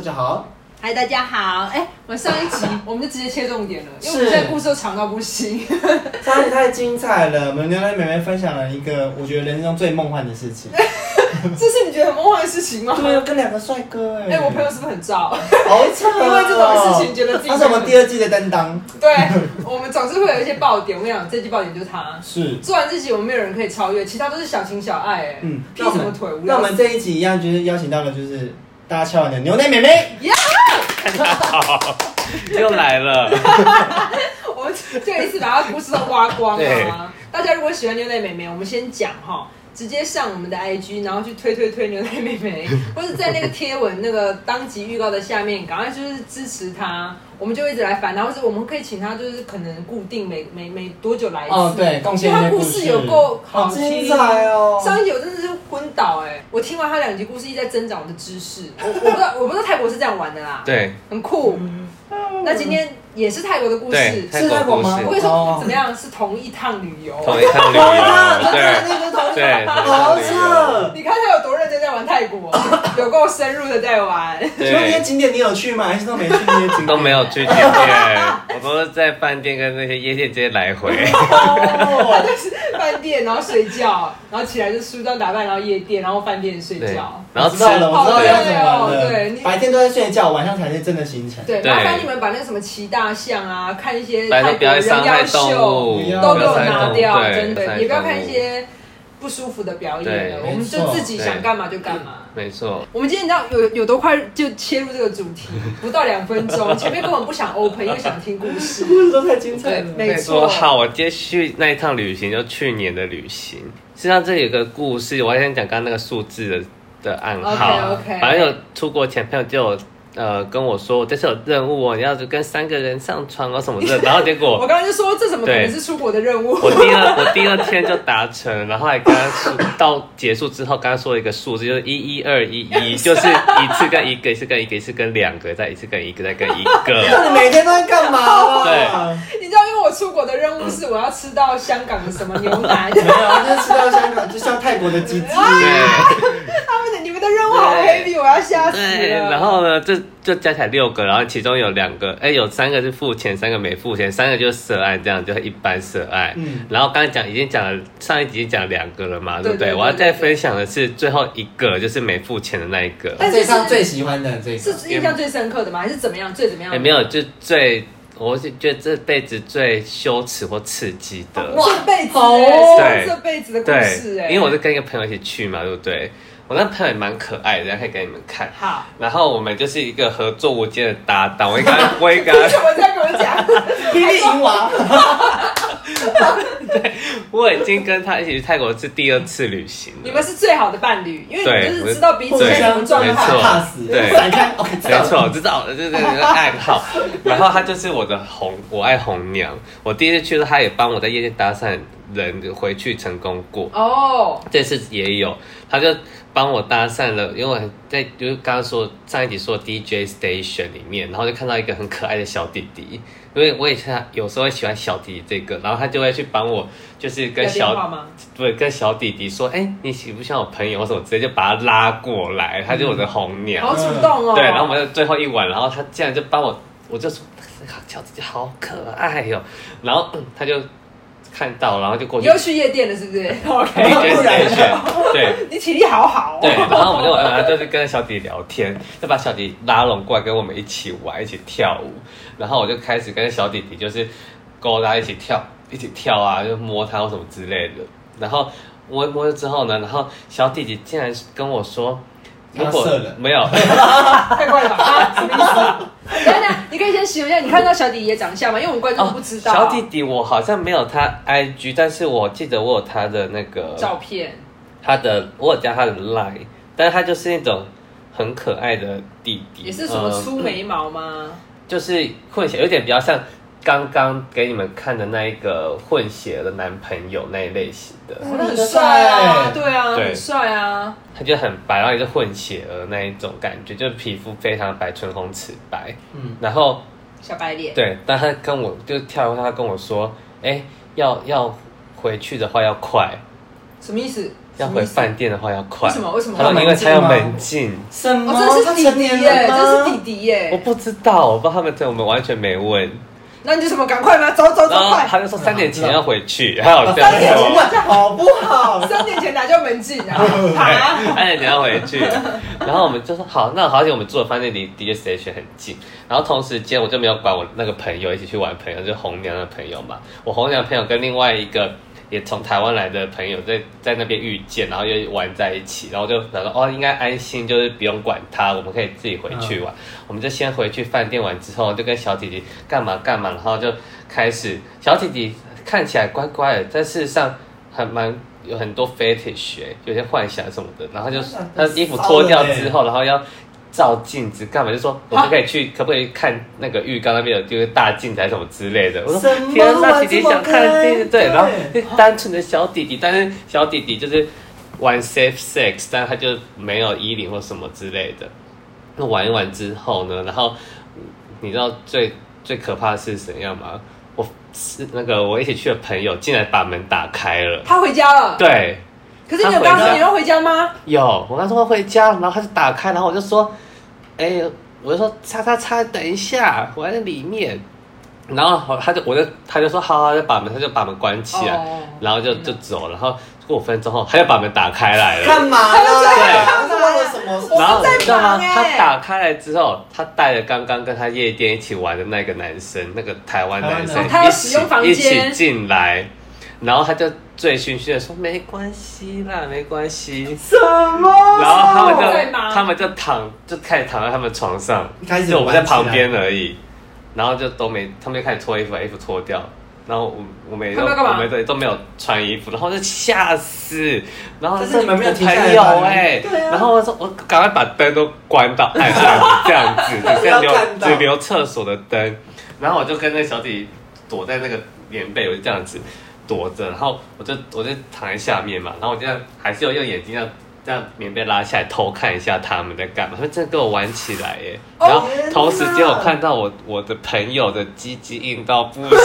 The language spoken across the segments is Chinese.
嗨，大家好。哎、我们上一集我们就直接切重点了，因为我们是现在故事都长到不行。 太太精彩了！我们牛奶妹妹分享了一个我觉得人生中最梦幻的 事情，这是你觉得很梦幻的事情吗？对，有跟两个帅哥哎、哎、我朋友是不是很燥？好扯、哦，因为这种事情觉得自己他是我们第二季的担当，对，我们总是会有一些爆点。我跟你讲，这季爆点就是他。是，做完自己，我们没有人可以超越，其他都是小情小爱、哎，嗯，劈那我什么们腿？无那聊我们这一集一样就是邀请到了就是大家敲碗的牛奶妹哎妹，又来了，我们 这一次把他故事都挖光了啊！大家如果喜欢牛奶妹妹，我们先讲哈，直接上我们的 IG，然后去推推推牛奶妹妹，或者在那个贴文那个当集预告的下面，赶快就是支持她，我们就一直来烦她，或者我们可以请她就是可能固定每每每多久来一次。哦对，贡献因一为他些故事，事有够好好听精彩哦！上一集我真的是昏倒哎、我听完他两集故事，一直在增长我的知识。我我不知道，我不知道泰国是这样玩的 啦， 对很酷。那今天也是泰国的故对事，，是泰国国故吗事我跟你说哦怎么样，是同一趟旅游。同一趟旅游，对啊那个头对，好同一趟扯。 你看他有多认真在玩泰 国，有够深入的在玩。旅请问那些游，景点你有去吗？还是都没去那些景点？对，都没有去酒店，我都是在饭店跟那些夜店街来 回，哦。饭店，然后睡觉，然后起来就梳妆打扮，然后夜店，然后饭店睡对觉。，然我后吃知道了，我知道要怎么好玩累哦对你了。白天都在睡觉，晚上才是真的行程。对，对麻烦你们把那个什么骑大象啊，看一些拜泰托不国要人伤害妖动秀，物，人妖都不给要我伤害拿动物掉，对真伤的，害也不要看动一物些不舒服的表演了，对我们就没错自己想干嘛就干嘛。没错，我们今天你知道有有多快就切入这个主 题，不到两分钟，前面根本不想 open，因为想听故 事。哦故事都太精彩了。没再错说好，我接续那一趟旅行，就去年的旅行。实际上这里有个故事，我先讲刚刚那个数字的的暗号。 OK，OK 反正有出国前朋友就有呃跟我说，我这次有任务哦，你要跟三个人上床哦什么的。然后结我 果刚刚就说这怎么可能对是出国的任务？我第二我第二天就达成了，然后还刚刚说到结束之后，刚刚说了一个数字，就是一一二一一，就是一次跟一个，一次跟一个，一次跟两个，再一次跟一个，再跟 一个。那你每天都在干嘛啊？ 你知道，因为我出国的任务是我要吃到香港的什么牛 腩。没有，啊，就是吃到香港，就像泰国的鸡鸡。对。他们的你们的任务好 heavy，我要 吓死对，了。然后呢，这就加起来六个，然后其中有两个，哎，有三个是付钱，三个没付钱，三个就是涉案，这样就一般涉案。嗯，然后刚刚讲已经讲了，上一集已经讲两个了嘛，对不对对对？对我要再分享的是最后一个，就是没付钱的那一个。但是这一趟最喜欢的这一趟，是印象最深刻的吗？还是怎么样？最怎么样？也哎没有，就最我是觉得这辈子最羞耻或刺激的。这辈子、好欸，哦是这辈子的故对事哎、，因为 我是跟一个朋友一起去嘛，对不对？我那朋友也蛮可爱的，等一下可以给你们看。好，然后我们就是一个合作无间的搭档，我一跟他，我一跟他为什么这样跟我讲？ 霹雳银娃，我已经跟他一起去泰国是第二次旅行了。你们是最好的伴侣，因为对你就是知道彼此互现在什相么状没态错。怕死，对闪开。OK，知道没错，知道，就是那个暗号。然后他就是我的红，我爱红娘。我第一次去的时候，他也帮我在夜店搭讪人回去成功过。哦，这次也有，他就帮我搭讪了，因为我在就是刚刚说上一集说 DJ station 里面，然后就看到一个很可爱的小弟弟，因为我也是有时候会喜欢小弟弟这个，然后他就会去帮我，就是跟有电小嗯话吗？对，跟小弟弟说，哎、你喜不喜欢我朋友？我什么直接就把他拉过来，他就是我的红娘。好主动哦。对，然后我们就最后一晚，然后他竟然就帮我，我就说，小弟弟好可爱哟、然后、嗯他就看到，然后就过去又去夜店了， 是不是？OK， DJ 不然 station，对。 你体力好 好、哦。对，然后我们就呃就是跟小迪聊天，就把小迪拉拢过来跟我们一起玩，一起跳舞。然后我就开始跟小弟弟就是勾搭一起跳，一起跳啊，就摸他或什么之类的。然后摸一摸之后呢，然后小弟弟竟然跟我说，如果他射了没有，太快了吧？啊什么意思？等一下，你可以先形容一下，你看到小弟弟的长相吗？因为我们观众不知道、哦小弟弟我好像没有他 IG，但是我记得我有他的那个照片，他的我有加他的 Line，但是他就是那种很可爱的弟弟，也是什么嗯粗眉毛吗？就是混血，有点比较像刚刚给你们看的那一个混血的男朋友那一类型的，长得很帅啊，嗯对啊，对很帅啊。他就很白，然后也是混血儿那一种感觉，就是皮肤非常白，唇红齿白。嗯，然后小白脸，对，但他跟我就跳过，他跟我说，哎、要要回去的话要快，什么意思？要回饭店的话要快。为什么为什么他说因为他要门禁。什么？哦，这是他弟成年弟了耶，吗这是弟弟我耶。不知道，我不知道他们对我们完全没问。那你就什么赶快吧，走走然走后快，哦他就说三点前要回去，还有这样三点说。前哎好不 好？三点前拿就门禁 啊，爬。哎，哎，你要回去。然后我们就说好，那好险我们住的饭店离 D S H 很近。然后同时间我就没有管我那个朋友一起去玩，朋友就是红娘的朋友嘛。我红娘的朋友跟另外一个也从台湾来的朋友在在那边遇见，然后又玩在一起，然后就想说哦，应该安心，就是不用管他，我们可以自己回去玩。我们就先回去饭店玩，之后就跟小姐姐干嘛干嘛，然后就开始小姐姐看起来乖乖的，但事实上还蛮有很多 fetish 欸有些幻想什么的，然后就真的她衣服脱掉之欸后，然后要。照镜子干嘛？就说我们可以去，可不可以看那个浴缸那边有就是大镜子还是什么之类的？我说什么天啊哪，玩姐这姐么想看开镜子，对，对然后是单纯的小弟弟，但是小弟弟就是玩 safe sex，但他就没有衣领或什么之类的。那玩一玩之后呢，然后嗯你知道最最可怕的是怎样吗？我是那个我一起去的朋友竟然把门打开了，他回家了，对，可是你有跟他他说回家你要回家吗？有，我刚说回家，然后他就打开，然后我就说，哎、我就说叉叉叉，等一下，我在里面。然后他就我就他就说好、啊，就把门他就把门关起来，哦然后就就走，然后过五分钟后他又把门打开来了。干嘛呢？对他为了什么？我然后们在你知道吗？忙欸他打开来之后，他带了刚刚跟他夜店一起玩的那个男生，那个台湾男生哦他要一使起用房间一起进来，然后他就醉醺醺的说：“没关系啦，没关系。”什么？然后他们我在就忙他们就躺就开始躺在他们床上，开始就我玩在起来旁边而已，然后就都没，他们就开始脱衣服，把衣服脱掉，然后我我们也他都们要干嘛我们也都没有穿衣服，然后就吓死，然后但是你们没有停朋下来友吧哎、对啊然后我说我赶快把灯都关到暗暗的这 样子，只不剩要留看到只留厕所的灯，然后我就跟那小姐躲在那个棉被，我就这样子。躲着，然后我就我就躺在下面嘛，然后我这样还是有用眼睛这样这样棉被拉下来偷看一下他们在干嘛，他们真的跟我玩起来耶，哦然后同时间天我哪看到我我的朋友的鸡鸡硬到不行，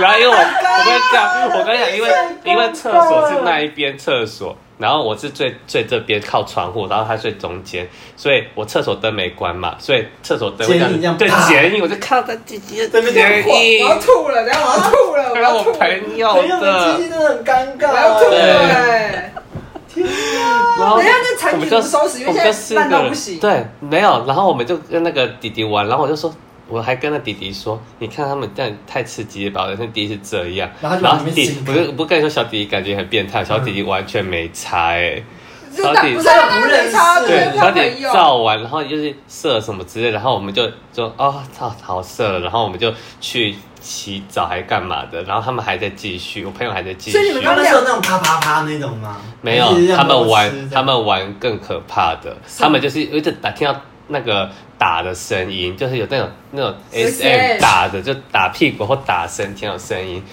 然后因为我我 Oh 跟你讲，我跟你讲，因为因为厕所是那一边厕所。然后我是最最这边靠窗户，然后他最中间，所以我厕所灯没关嘛，所以厕所灯会剪影这样对啪剪影，我就看到他姐姐在那边这样剪晃我影，要吐了，等下我要吐了，我看到要我吐了，朋友朋友的的经，历真的很尴尬。我要吐对了哎。然后等一下那残局我们就怎么收拾因为我们现在就四个人烂到不行对，没有。然后我们就跟那个弟弟玩，然后我就说，我还跟那弟弟说，你看他们这样太刺激了吧，我人生第一次这样。然后他就往里面弟醒，我就不跟你说，小弟弟感觉很变态，小弟弟完全没差哎、就大到底不是他们没差，对对嗯对，，他小朋姐友。照完，然后就是射什么之类的，然后我们就就哦，操，好射了，然后我们就去洗澡还干嘛的，然后他们还在继续，我朋友还在继续。所以你们他们是有那种啪啪啪那种吗？没有，他们玩他们玩更可怕的，什么他们就是一直打听到那个打的声音，就是有那种那种 S SM M 打的，就打屁股或打身体那种声音，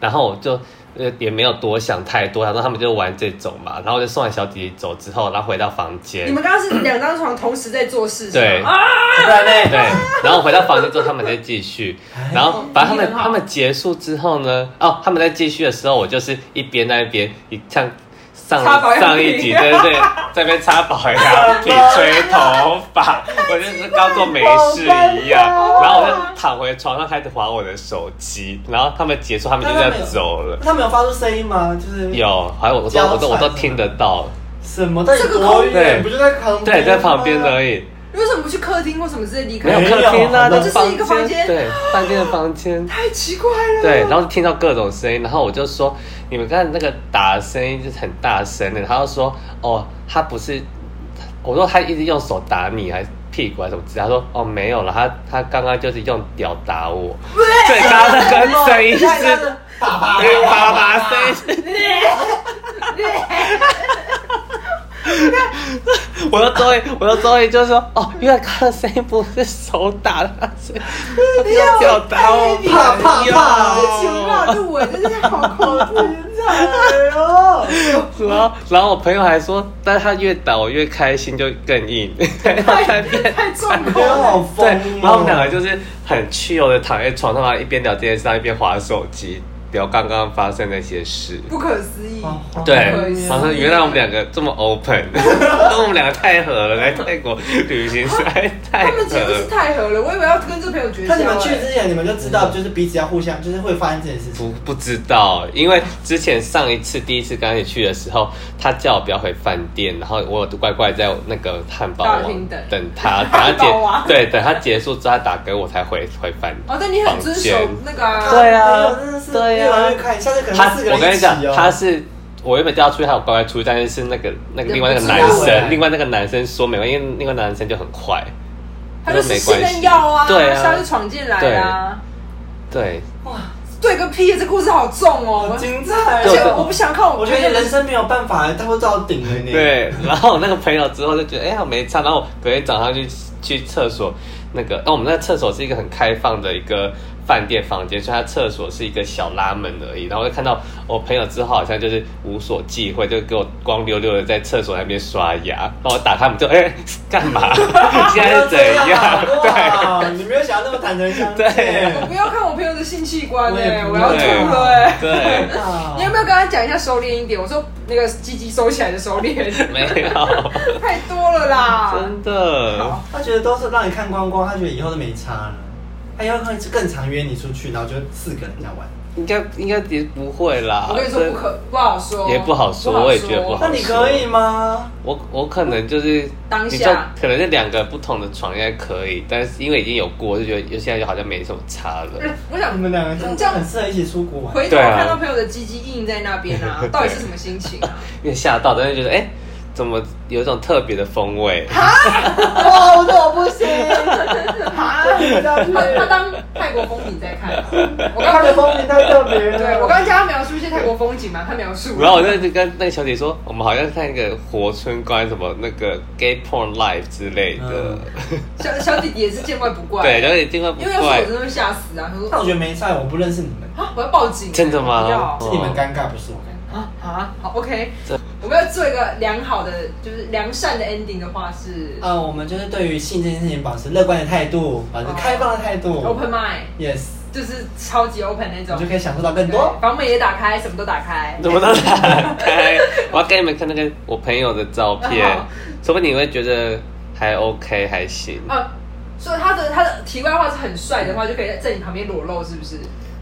然后我就。呃，也没有多想太多，然后他们就玩这种嘛，然后就送完小弟弟走之后，然后回到房间你，们刚刚是两张床同时在做事，是吗对啊，对对，然后回到房间之后，他们再继续，然后反正他哎们他们结束之后呢，哦，他们在继续的时候，我就是一边在那边，你像上擦保养上品一集对对 对，在那边擦保养品、吹头 发，我就是当做没事一样，然后我就躺回床上开始划我的手机，然后他们结束，他们就那要他们有走了。他们有发出声音吗？就是有，还有我都我都我交都缠听得到，什么？在这个多对远？不就在旁哦边？对，啊在旁边而。已，你为什么不去客厅或什么之类离没有开？没有客厅啊，这就是一个房间对，饭店的房间。太奇怪 了。对，然后听到各种声音，然后我就说，你们看那个打的声音就是很大声的，他就说，哦，他不是，我说他一直用手打你，还是屁股还是什么之类的，他说，哦，没有了，他他刚刚就是用屌打我，对，他那个声音是啪啪叭叭声，我的周围，我的周围就说，哦，原来他的声音不是手打的，他是他是用屌打我，啪啪啪这情报这我真是好恐怖。哎呦！然后，然后我朋友还说，但他越打我越开心，就更硬，然后才变太重口你们了。好疯对哦。然后我们两个就是很 chill 的躺在床上，然后一边聊这件事，然后一边划手机。聊刚刚发生的一些事。不可思议。好好对不好啊意，思好像原来我们两个这么 open，那我们两个太合了，来泰国旅行实在太他合们简直是了。太合了，我以为要跟这朋友绝交、那欸。你们去之前，你们就知道，就是彼此要互相，就是会发生这件事情。不不知道，因为之前上一次第一次刚一起去的时候，他叫我不要回饭店，然后我乖乖在那个汉堡大王厅等等他，等他汉堡王 结对等他结束之后他打给我才回回饭店。哦，但你很遵守那个啊。对啊哎呦真的是对啊越玩越开，下次可他能四个我跟人一你起讲，哦。他是我原本叫他出去，他有乖乖出去，但是是那个那个另外那个男不知道欸哎生，另外那个男生说没关系，因为另外那个男生就很快，他就是没信关任系，药啊，对下啊次，闯进来啊，对，哇，对个屁，这故事好重好哦，精彩而对且我哦！我不想看，我觉得你人生没有办法，他会到顶了你。，对，然后我那个朋友之后就觉得，哎、呀没差。然后我隔天早上去去厕所，那个，哦那、我们那个厕所是一个很开放的一个饭店房间，所以它厕所是一个小拉门而已。然后就看到我朋友之后，好像就是无所忌讳，就给我光溜溜的在厕所那边刷牙。然后我打他们就，哎、干嘛？ 现在是怎样？ 对。啊哇，你没有想要那么坦诚相见。对我不要看我朋友的性器官我哎、也不我要要吐了啊哎、对，嗯哇你有没有跟他讲一下收敛一点？我说那个鸡鸡收起来的收敛， 没有，太多了啦。真的好，他觉得都是让你看光光，他觉得以后都没差了。他以后会更常约你出去，然后就四个人这样玩。应该应该也不会啊啦。我跟你说这不可不好说，也不好说我也觉得不好那你可以吗？我我可能就是当下比较可能是两个不同的床应该可以，但是因为已经有过，我就觉得现在就好像没什么差了。嗯我想你们两个这样这样很适合一起出国玩。回头对啊看到朋友的鸡鸡硬在那边啊，到底是什么心情 啊？因为吓到，但是觉得哎、怎么有一种特别的风味？哇，哦我说我不 行。啊，他他当泰国风景在看啊、我刚他的刚风景太特别了。对我刚刚叫他描述一些泰国风景嘛，他描述，然后我就跟那个小姐说，我们好像看一个活春关什么那个 gay porn live 之类的，小小弟弟也是见怪不怪，对，然后也听会不因为要是怪我，真的会吓死啊！他说但我觉得没差，我不认识你们，啊，我要报警，真的吗哦不要是你们尴尬，不是我尴尬。啊啊，好 OK，这我们要做一个良好的，就是良善的 ending 的话是呃，我们就是对于性这件事情保持乐观的态度，保持开放的态度。哦 open mind， Yes，就是超级 open 那你种就，可以享受到更多对。房门也打开，什么都打开，怎么都打开。 我要给你们看那个我朋友的照片好，说不定你会觉得还 OK 还行。啊，所以他的他的题外话是很帅的话，就可以在你旁边裸露，是不是？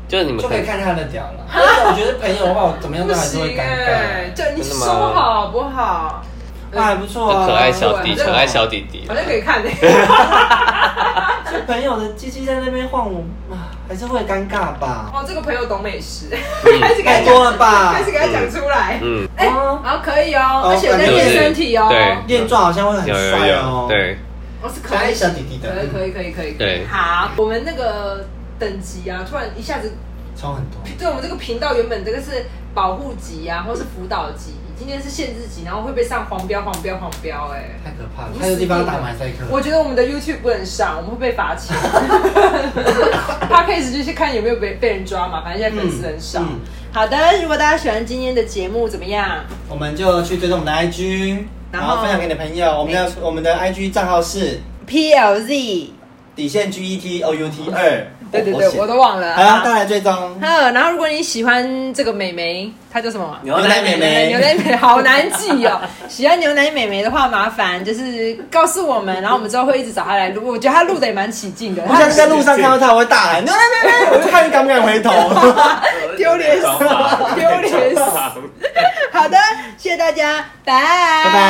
就是你们就可可以以看他的屌了。但是我觉得朋友的话，我怎么样不都还是行会尴哎、尬。就你真收的吗好不好？那还不错啊，可爱小弟，对可爱小弟弟。反正可以看的、欸 就朋友的鸡鸡在那边晃我，啊还是会尴尬吧？哦，这个朋友懂美食，嗯 开始给他太讲多了吧开？始给他讲出来。嗯，哎、哦然后可以哦，哦而且有在感觉练是身体哦。对电钻好像会很有有帅哦네.有，。，对，我是可爱小弟弟的可以可以可以可以。对好，我们那个等级啊，突然一下子，超很多。对我们这个频道原本这个是保护级啊，或是辅导级，今天是限制级，然后会被上黄标黄标黄标哎、太可怕了我，们还有地方死定了打马赛克。我觉得我们的 YouTube 不能上，我们会被罚钱。 他 c a s 就是看有没有被被人抓嘛，反正现在粉丝很少。嗯嗯好的，如果大家喜欢今天的节目怎么样？我们就去追踪我们的 IG，然然后后分享给你的朋友。我们的我们的 IG 账号是 PLZ，底线 G E T O U T 二。对对对，我都啊忘了。好了，大家来追踪。好，然后如果你喜欢这个美眉，她叫什么？牛奶妹妹牛奶美好难记哦。 喜欢牛奶美眉的话，麻烦就是告诉我们，然后我们之后会一直找她来录。我觉得她录的也蛮起劲的，我下次在路上看到他，我会大喊：“牛奶妹妹！” 我就看你敢不 敢回头。丢 아,아. 脸死了丢脸死了。好的，谢谢大家，拜拜拜。